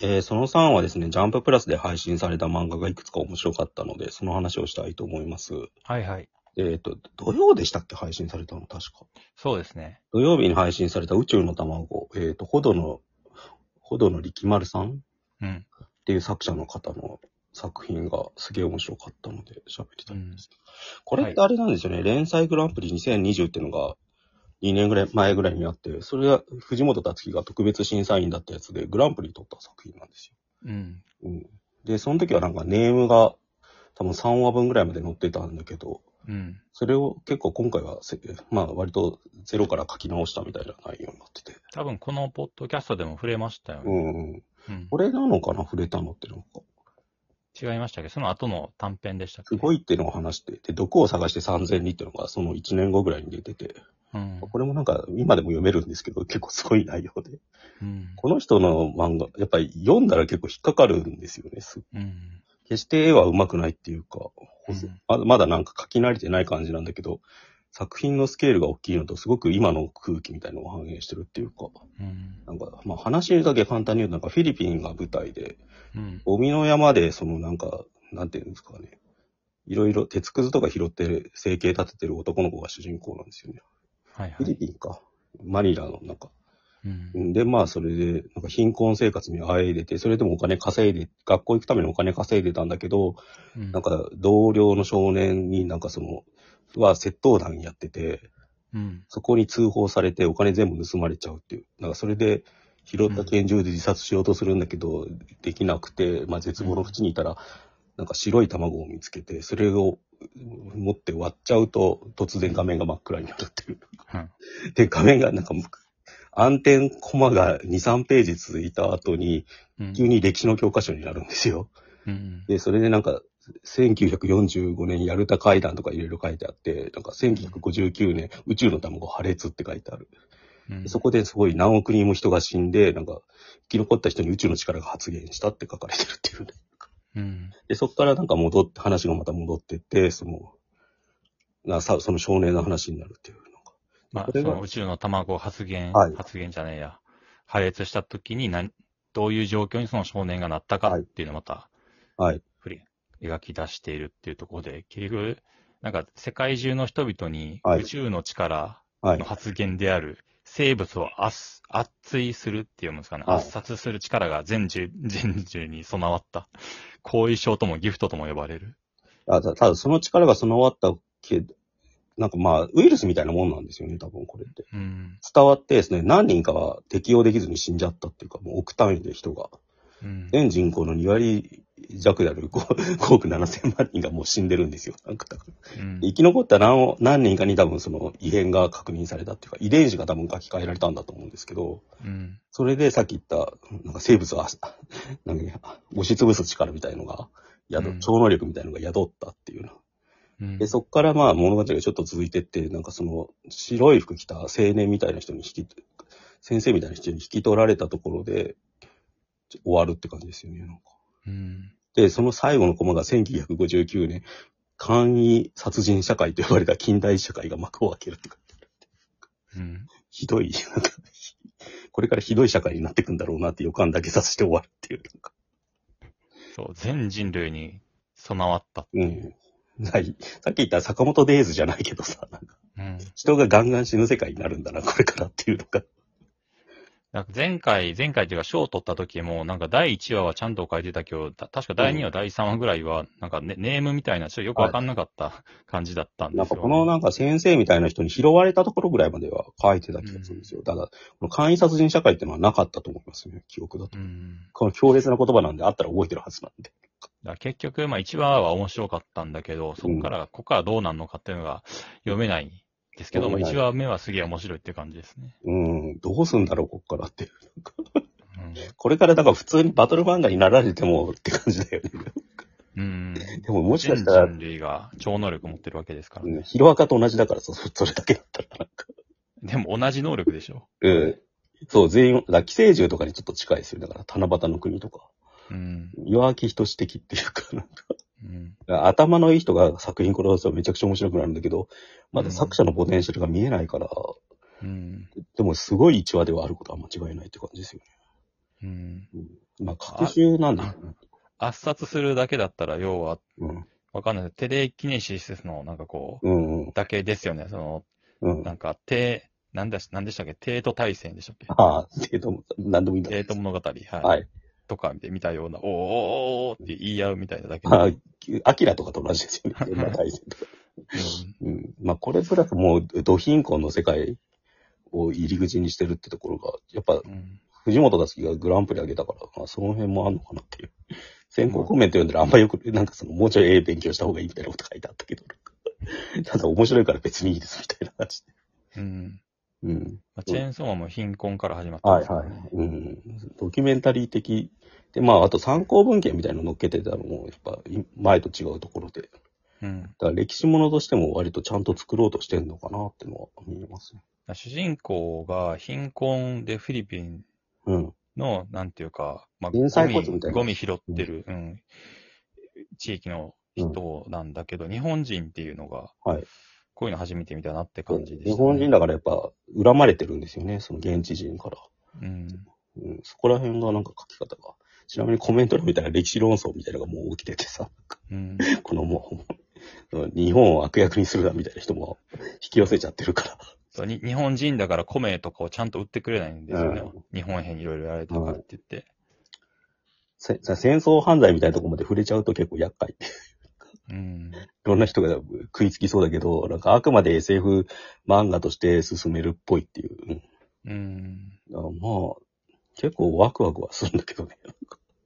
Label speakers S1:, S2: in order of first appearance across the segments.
S1: えーその3はですね、ジャンププラスで配信された漫画がいくつか面白かったので、その話をしたいと思います。
S2: はいはい。
S1: えっ、と、土曜でしたっけ配信されたの確か。
S2: そうですね。
S1: 土曜日に配信された宇宙の卵、えっ、と、ほどの、ほどの力丸さんっ
S2: うん。
S1: ていう作者の方の作品がすげえ面白かったので喋りたいんですけど、これってあれなんですよね、連載グランプリ2020っていうのが2年ぐらい前ぐらいにあって、それが藤本達樹が特別審査員だったやつでグランプリ取った作品なんですよ。
S2: うん。
S1: うん。で、その時はなんかネームが多分3話分ぐらいまで載ってたんだけど、
S2: うん。
S1: それを結構今回はせ、まあ割とゼロから書き直したみたいな内容になってて。
S2: 多分このポッドキャストでも触れましたよ
S1: う
S2: ね。
S1: んうん。
S2: うん
S1: こ。れなのかな触れたのってなんか。
S2: 違いましたけど、その後の短編でしたっ
S1: す
S2: け
S1: ごいっていうのを話して、で、毒を探して3000里っていうのがその1年後ぐらいに出てて、
S2: うん。
S1: これもなんか今でも読めるんですけど、結構すごい内容で。
S2: うん。
S1: この人の漫画、やっぱり読んだら結構引っかかるんですよね。す
S2: うん。
S1: 決して絵は上手くないっていうか、
S2: うん
S1: まだまだなんか書き慣れてない感じなんだけど、作品のスケールが大きいのと、すごく今の空気みたいなのを反映してるっていうか、
S2: うん。
S1: なんか、まあ話だけ簡単に言うと、なんかフィリピンが舞台で、
S2: うん。
S1: ゴミの山で、そのなんか、なんていうんですかね、いろいろ鉄くずとか拾って成形立ててる男の子が主人公なんですよね。
S2: はいは
S1: フィリ
S2: い。
S1: ピンか。マニラのなんか。
S2: うん。
S1: で、まあ、それで、なんか貧困生活にあえいでて、それでもお金稼いで、学校行くためにお金稼いでたんだけど、
S2: うん
S1: なんか、同僚の少年になんかその、は窃盗団やってて、
S2: うん。
S1: そこに通報されてお金全部盗まれちゃうっていう。なんかそれで、拾った拳銃で自殺しようとするんだけど、できなくて、まあ絶望の淵にいたら、なんか白い卵を見つけて、それを持って割っちゃうと、突然画面が真っ暗になるっていう。
S2: うん
S1: で、画面がなんか、暗転コマが2、3ページ続いた後に、
S2: うん
S1: 急に歴史の教科書になるんですよ。
S2: うん。
S1: で、それでなんか、1945年ヤルタ会談とかいろいろ書いてあって、なんか1959年宇宙の卵破裂って書いてある。
S2: うん
S1: そこですごい何億人も人が死んで、なんか生き残った人に宇宙の力が発現したって書かれてるっていうね。
S2: うん。
S1: で、そこからなんか戻って、話がまた戻ってって、その、なさその少年の話になるっていう。なんか
S2: まあ、
S1: こ
S2: そ
S1: れが
S2: の宇宙の卵を発言、
S1: はい
S2: 発言じゃねえや。破裂した時に何、どういう状況にその少年がなったかっていうのをまた、
S1: はい。
S2: ふり描き出しているっていうところで、結局、なんか世界中の人々に
S1: はい
S2: 宇宙の力
S1: はい
S2: の。発言である、生物を圧圧追するっていうんですかね、
S1: はい
S2: 圧殺する力が全獣 全獣に備わった、後遺症ともギフトとも呼ばれる。
S1: あたただその力が備わったけど、なんかまあ、ウイルスみたいなもんなんですよね、多分これって。
S2: うん。
S1: 伝わってですね、何人かは適応できずに死んじゃったっていうか、もう億単位で人が。
S2: うん。
S1: 全人口の2割弱である 5, 億7千万人がもう死んでるんですよ。なんか
S2: うん
S1: 生き残った何何人かに多分その異変が確認されたっていうか、遺伝子が多分書き換えられたんだと思うんですけど、
S2: うん。
S1: それでさっき言った、なんか生物は、 なんかね押し潰す力みたいのが、宿、
S2: うん
S1: 超能力みたいのが宿ったっていうの。
S2: うん
S1: で、そっからまあ物語がちょっと続いてって、なんかその白い服着た青年みたいな人に引き、先生みたいな人に引き取られたところでちょ終わるって感じですよね、なんか。
S2: うん。
S1: で、その最後のコマが1959年、簡易殺人社会と呼ばれた近代社会が幕を開けるって感じ。
S2: うん。
S1: ひどい、なんか、これからひどい社会になってくんだろうなって予感だけさせて終わるっていう、なんか。
S2: そう、全人類に備わった。
S1: うん。ない。さっき言った坂本デイズじゃないけどさ、なんか、
S2: うん。
S1: 人がガンガン死ぬ世界になるんだな、これからっていうのが。
S2: なんか前回、前回というか賞を取った時も、なんか第1話はちゃんと書いてたけど、た確か第2話、第3話ぐらいは、なんかネネームみたいな、ちょっとよくわかんなかった感じだったんですよ、
S1: なんかこのなんか先生みたいな人に拾われたところぐらいまでは書いてた気がするんですよ。ただ、この簡易殺人社会ってのはなかったと思いますね、記憶だと。
S2: うん。
S1: この強烈な言葉なんであったら覚えてるはずなんで。
S2: だから結局、まあ1話は面白かったんだけど、そこから、ここからどうなんのかっていうのが読めないんですけど、まあ
S1: 読めない
S2: 1話目はすげえ面白いっていう感じですね。
S1: うん、どうすんだろう、こっからって。
S2: うん
S1: これからだから普通にバトル漫画になられてもって感じだよね。
S2: うん。
S1: でももしか
S2: 全
S1: したら、
S2: 人類が超能力持ってるわけですから。
S1: うんヒロアカと同じだからそ、それだけだったらなんか。
S2: でも同じ能力でしょ。
S1: うん。そう、全員、だから寄生獣とかにちょっと近いですよ。だから、七夕の国とか。
S2: うん。
S1: 弱気人志的っていうか、なんか
S2: うん。
S1: 頭のいい人が作品殺すとめちゃくちゃ面白くなるんだけど、まだ作者のポテンシャルが見えないから、
S2: うん。
S1: でもすごい一話ではあることは間違いないって感じですよね。
S2: うん。
S1: まあ、各種なんだよね。
S2: 圧殺するだけだったら、要は、
S1: うん。
S2: わかんない。テレキネシスの、なんかこう、
S1: うんうん。
S2: だけですよね。その、
S1: うん。
S2: なんか、帝、なんだし、なんでしたっけ帝都大戦でしたっけ
S1: ああ、えっと、なんでもいいんだ。
S2: 帝都物語。はい。
S1: はい。
S2: とかで見たような、おーおーおーおーって言い合うみたいなだけで。
S1: まあ、アキラとかと同じですよね。 まあ、大戦とか。うん。まあ、これプラスもう、ド貧困の世界を入り口にしてるってところが、やっぱ、
S2: うんうん
S1: 藤本達樹がグランプリあげたから、まあ、その辺もあんのかなっていう。先行コメント読んだらあんまよく、なんかその、もうちょい絵勉強した方がいいみたいなこと書いてあったけど、 ただ面白いから別にいいですみたいな話で。
S2: うん。
S1: うん。
S2: まあチェーンソーマンも貧困から始まったん
S1: は
S2: で
S1: い
S2: すよ
S1: は
S2: ね。
S1: い。うん。ドキュメンタリー的。で、まあ、あと参考文献みたいなの載っけてたのも、やっぱ、い前と違うところで。だ
S2: うん。
S1: から歴史ものとしても割とちゃんと作ろうとしてんのかなってのは見えますね。
S2: 主人公が貧困でフィリピン
S1: うん。
S2: の、なんていうか、まあ、ゴ
S1: 人材コーチみ
S2: ミ
S1: たいな
S2: ゴミ拾ってる、うん地域の人なんだけど、日本人っていうのが、
S1: はい
S2: こういうの初めて見たなって感じでした、
S1: 日本人だからやっぱ、恨まれてるんですよね。その現地人から。
S2: うん。
S1: うん。そこら辺がなんか書き方が。ちなみにコメント欄みたいな歴史論争みたいなのがもう起きててさ、
S2: うん。
S1: このもう、日本を悪役にするなみたいな人も引き寄せちゃってるから。
S2: そうに日本人だから米とかをちゃんと売ってくれないんですよね。
S1: う
S2: 日本兵にいろいろやられたからって言って。
S1: せ戦争犯罪みたいなところまで触れちゃうと結構厄介。
S2: うん。
S1: いろんな人が食いつきそうだけど、なんかあくまで SF 漫画として進めるっぽいっていう。うん
S2: うん。
S1: あまあ、結構ワクワクはするんだけどね。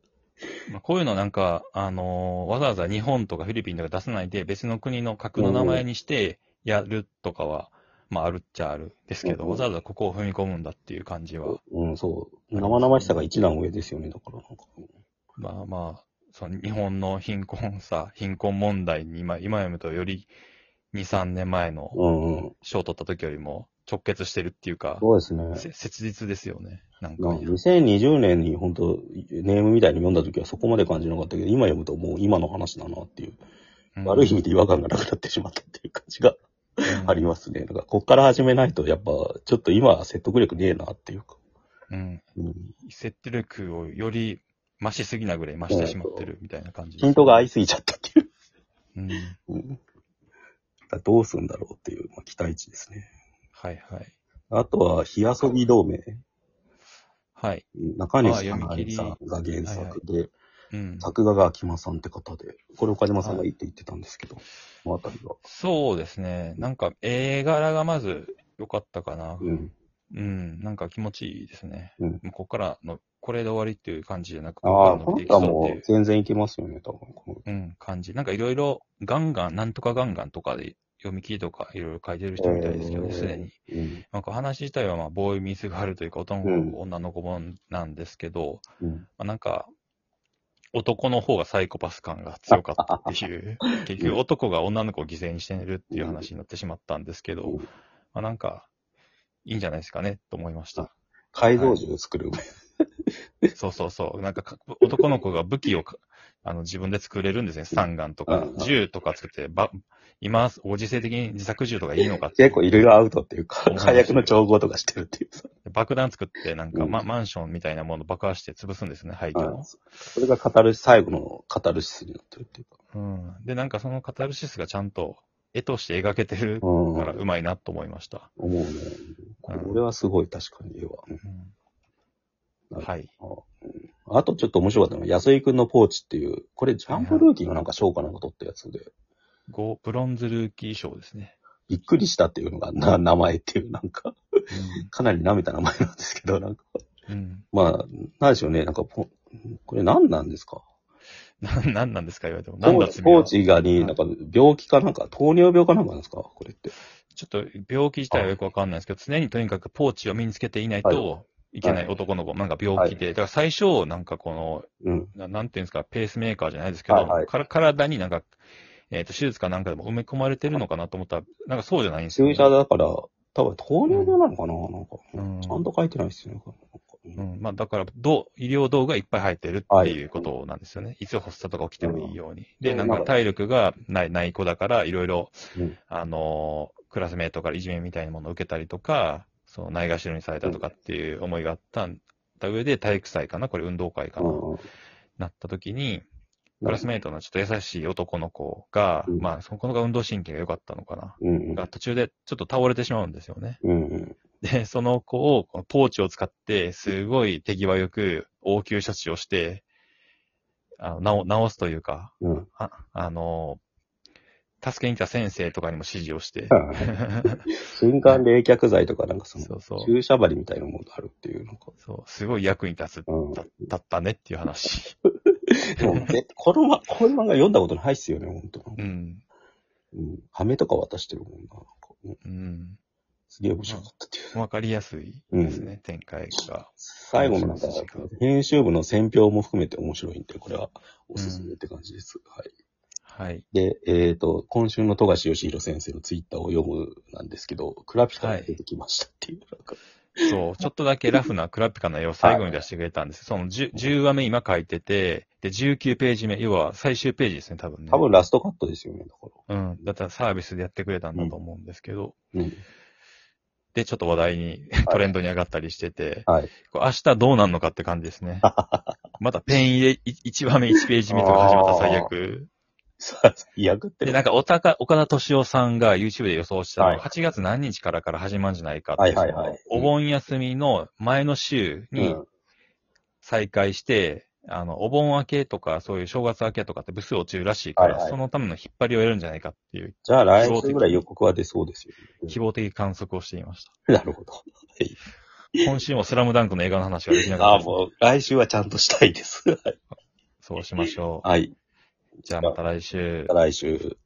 S2: まあ、こういうのなんか、あのーわざわざ日本とかフィリピンとか出さないで、別の国の格の名前にしてやるとかは、まあ、あるっちゃあるんですけ
S1: う
S2: ど、
S1: ん
S2: わざわざここを踏み込むんだっていう感じは、
S1: うん、そう。生々しさが一段上ですよね、だからなんか。
S2: まあまあ、その日本の貧困さ、貧困問題に今、今読むとより2、3年前の
S1: うんうん。
S2: 賞を取った時よりも直結してるっていうか、
S1: そうですね。
S2: せ切実ですよね。なんか
S1: な、2020年に本当ネームみたいに読んだ時はそこまで感じなかったけど、今読むともう今の話だなっていう、
S2: うん
S1: 悪い意味で違和感がなくなってしまったっていう感じが
S2: うん
S1: ありますね。なんかこっから始めないとやっぱちょっと今は説得力ねえなっていうか。
S2: うん。
S1: うん
S2: 説得力をより増しすぎなぐらい増してしまってるみたいな感じです
S1: ヒントが合いすぎちゃったっていう。
S2: うん。
S1: うん、どうするんだろうっていう、まあ、期待値ですね。
S2: はいはい。
S1: あとは、火遊び同盟。
S2: はい。
S1: 中西かな
S2: あ読み切
S1: え
S2: り
S1: さんが原作で、
S2: うん。
S1: 作画が秋間さんって方で、これ岡島さんがいいって言ってたんですけど、このあたりが。
S2: そうですね。なんか、絵柄がまず良かったかな。
S1: うん。
S2: うん。なんか気持ちいいですね。
S1: うん
S2: もうここからの、これで終わりっていう感じじゃなく、
S1: ああ、
S2: ここ
S1: こ
S2: から伸
S1: の
S2: びてい
S1: 人はも
S2: きそうっていう
S1: う全然いけますよね、多分。この
S2: うん、感じ。なんかいろいろ、ガンガン、なんとかガンガンとかで読み切りとかいろいろ書いてる人みたいですけど、すでに。。
S1: うん。
S2: なんか話自体は、まあ、ボーイミスがあるというか、男の子、女の子もなんですけど、
S1: うん。
S2: まあ、なんか、男の方がサイコパス感が強かったって いう、結局男が女の子を犠牲にしてるっていう話になってしまったんですけど、
S1: うん
S2: まあ、なんか、いいんじゃないですかね、と思いました。
S1: 改造銃作る。
S2: そうそうそう。なんかか、男の子が武器をかあの自分で作れるんですね。スタンガンとか
S1: うん、
S2: 銃とか作って、ば今、ご時世的に自作銃とかいいのかって
S1: 結構いろいろアウトっていうか
S2: う、ん
S1: 火薬の調合とかしてるっていうさ。
S2: 爆弾作って、なんか、
S1: うん
S2: ま、マンションみたいなもの爆破して潰すんですね、廃墟
S1: は
S2: の
S1: い。それが語る最後の語る質になってるっていうか。
S2: うん。で、なんかそのカタルシスがちゃんと絵として描けてる
S1: うん。
S2: からうまいなと思いました。
S1: 思うね。これはすごい、確かに絵は。
S2: うんはい。
S1: あとちょっと面白かったのは、安井くんのポーチっていう、これジャンプルーキーのなんか賞かなんか取ったやつで、
S2: ゴブロンズルーキー賞ですね。
S1: びっくりしたっていうのが、な、名前っていう、なんか、かなり舐めた名前なんですけど、なんか、
S2: うん。うん
S1: まあ、なんでしょうね、なんかポ、これ何なんですか
S2: な、なんなんですか言われても。なん
S1: ポ
S2: だ
S1: ーチ、
S2: 罪は
S1: ポーチがに、なんか病気かなんか、糖尿病かなんかなんですかこれって。
S2: ちょっと病気自体はよくわかんないですけど、常にとにかくポーチを身につけていないといけない男の子、なんか病気で、だから最初、なんかこの
S1: うん。
S2: な、なんていうんですか、ペースメーカーじゃないですけど、
S1: はいはい
S2: から体になんか、えっ、と、手術かなんかでも埋め込まれてるのかなと思ったら、なんかそうじゃないんですよ、
S1: 注
S2: ね。
S1: 射だから、多分糖尿病なのかな、なんか、
S2: うん
S1: ちゃんと書いてないですよね。なんか
S2: うん、まあだから、どう、医療道具がいっぱい入ってるっていうことなんですよね。い、つ発作とか起きてもいいように。で、
S1: うん
S2: なんか体力がない、ない子だから、いろいろ、
S1: うん
S2: あのー、クラスメートからいじめみたいなものを受けたりとか、その、ないがしろにされたとかっていう思いがあったんった上で体育祭かな、これ運動会かな、
S1: うん
S2: なった時に、
S1: うん
S2: クラスメイトのちょっと優しい男の子が、
S1: うん
S2: まあ、その子のが運動神経が良かったのかな。
S1: うん
S2: が途中でちょっと倒れてしまうんですよね。
S1: うんうん
S2: で、その子をこのポーチを使って、すごい手際よく応急処置をして、あの治治すというか、
S1: うん
S2: ああの、助けに来た先生とかにも指示をして、
S1: 瞬間冷却剤とかなんかその、
S2: そうそう
S1: 注射針みたいなものがあるっていうのか。
S2: そう、すごい役に立つ、
S1: うん。
S2: だだったねっていう話。
S1: でもぜこのま、この漫画読んだことないっすよね、本当
S2: うん。
S1: うん。ハメとか渡してるもんな。なんかうん
S2: うん。
S1: すげえ面白かったっていう。
S2: わかりやすいですね、展開が。
S1: 最後のなんか
S2: そうそうそう、
S1: 編集部の選評も含めて面白いんで、これはおすすめって感じです。はい。
S2: はい。
S1: で、えっ、と、今週の富樫義弘先生のツイッターを読むなんですけど、クラピカが出てきましたっていう。なんか
S2: そう、ちょっとだけラフなクラピカの絵を最後に出してくれたんです。その 10, 10話目今書いてて、で、19ページ目、要は最終ページですね、多分ね。
S1: 多分ラストカットですよね、だか
S2: うん。だったらサービスでやってくれたんだと思うんですけど、
S1: ら。うん。
S2: で、ちょっと話題に、 トレンドに上がったりしてて、
S1: はい。
S2: こう明日どうなんのかって感じです ね。またペン入れ1話目1ページ目とか始まったら最悪。
S1: さあ、役って
S2: で、
S1: る
S2: なんか、おたか、岡田敏夫さんが YouTube で予想した
S1: は
S2: の
S1: い
S2: が、8月何日からから始まるんじゃないかって、
S1: はいはいはい
S2: そのお盆休みの前の週に
S1: うん
S2: 再開して、あの、お盆明けとか、そういう正月明けとかって部数落ちるらしいから、
S1: はいはい
S2: そのための引っ張りを得るんじゃないかっていう、
S1: じゃあ来週ぐらい予告は出そうですよ、
S2: 希望的観測をしていました。
S1: なるほど。
S2: 今週もスラムダンクの映画の話ができな
S1: あ
S2: かった
S1: あ、
S2: です
S1: もう来週はちゃんとしたいです。
S2: そうしましょ
S1: はい。
S2: う。じゃあまた来週。
S1: 来週。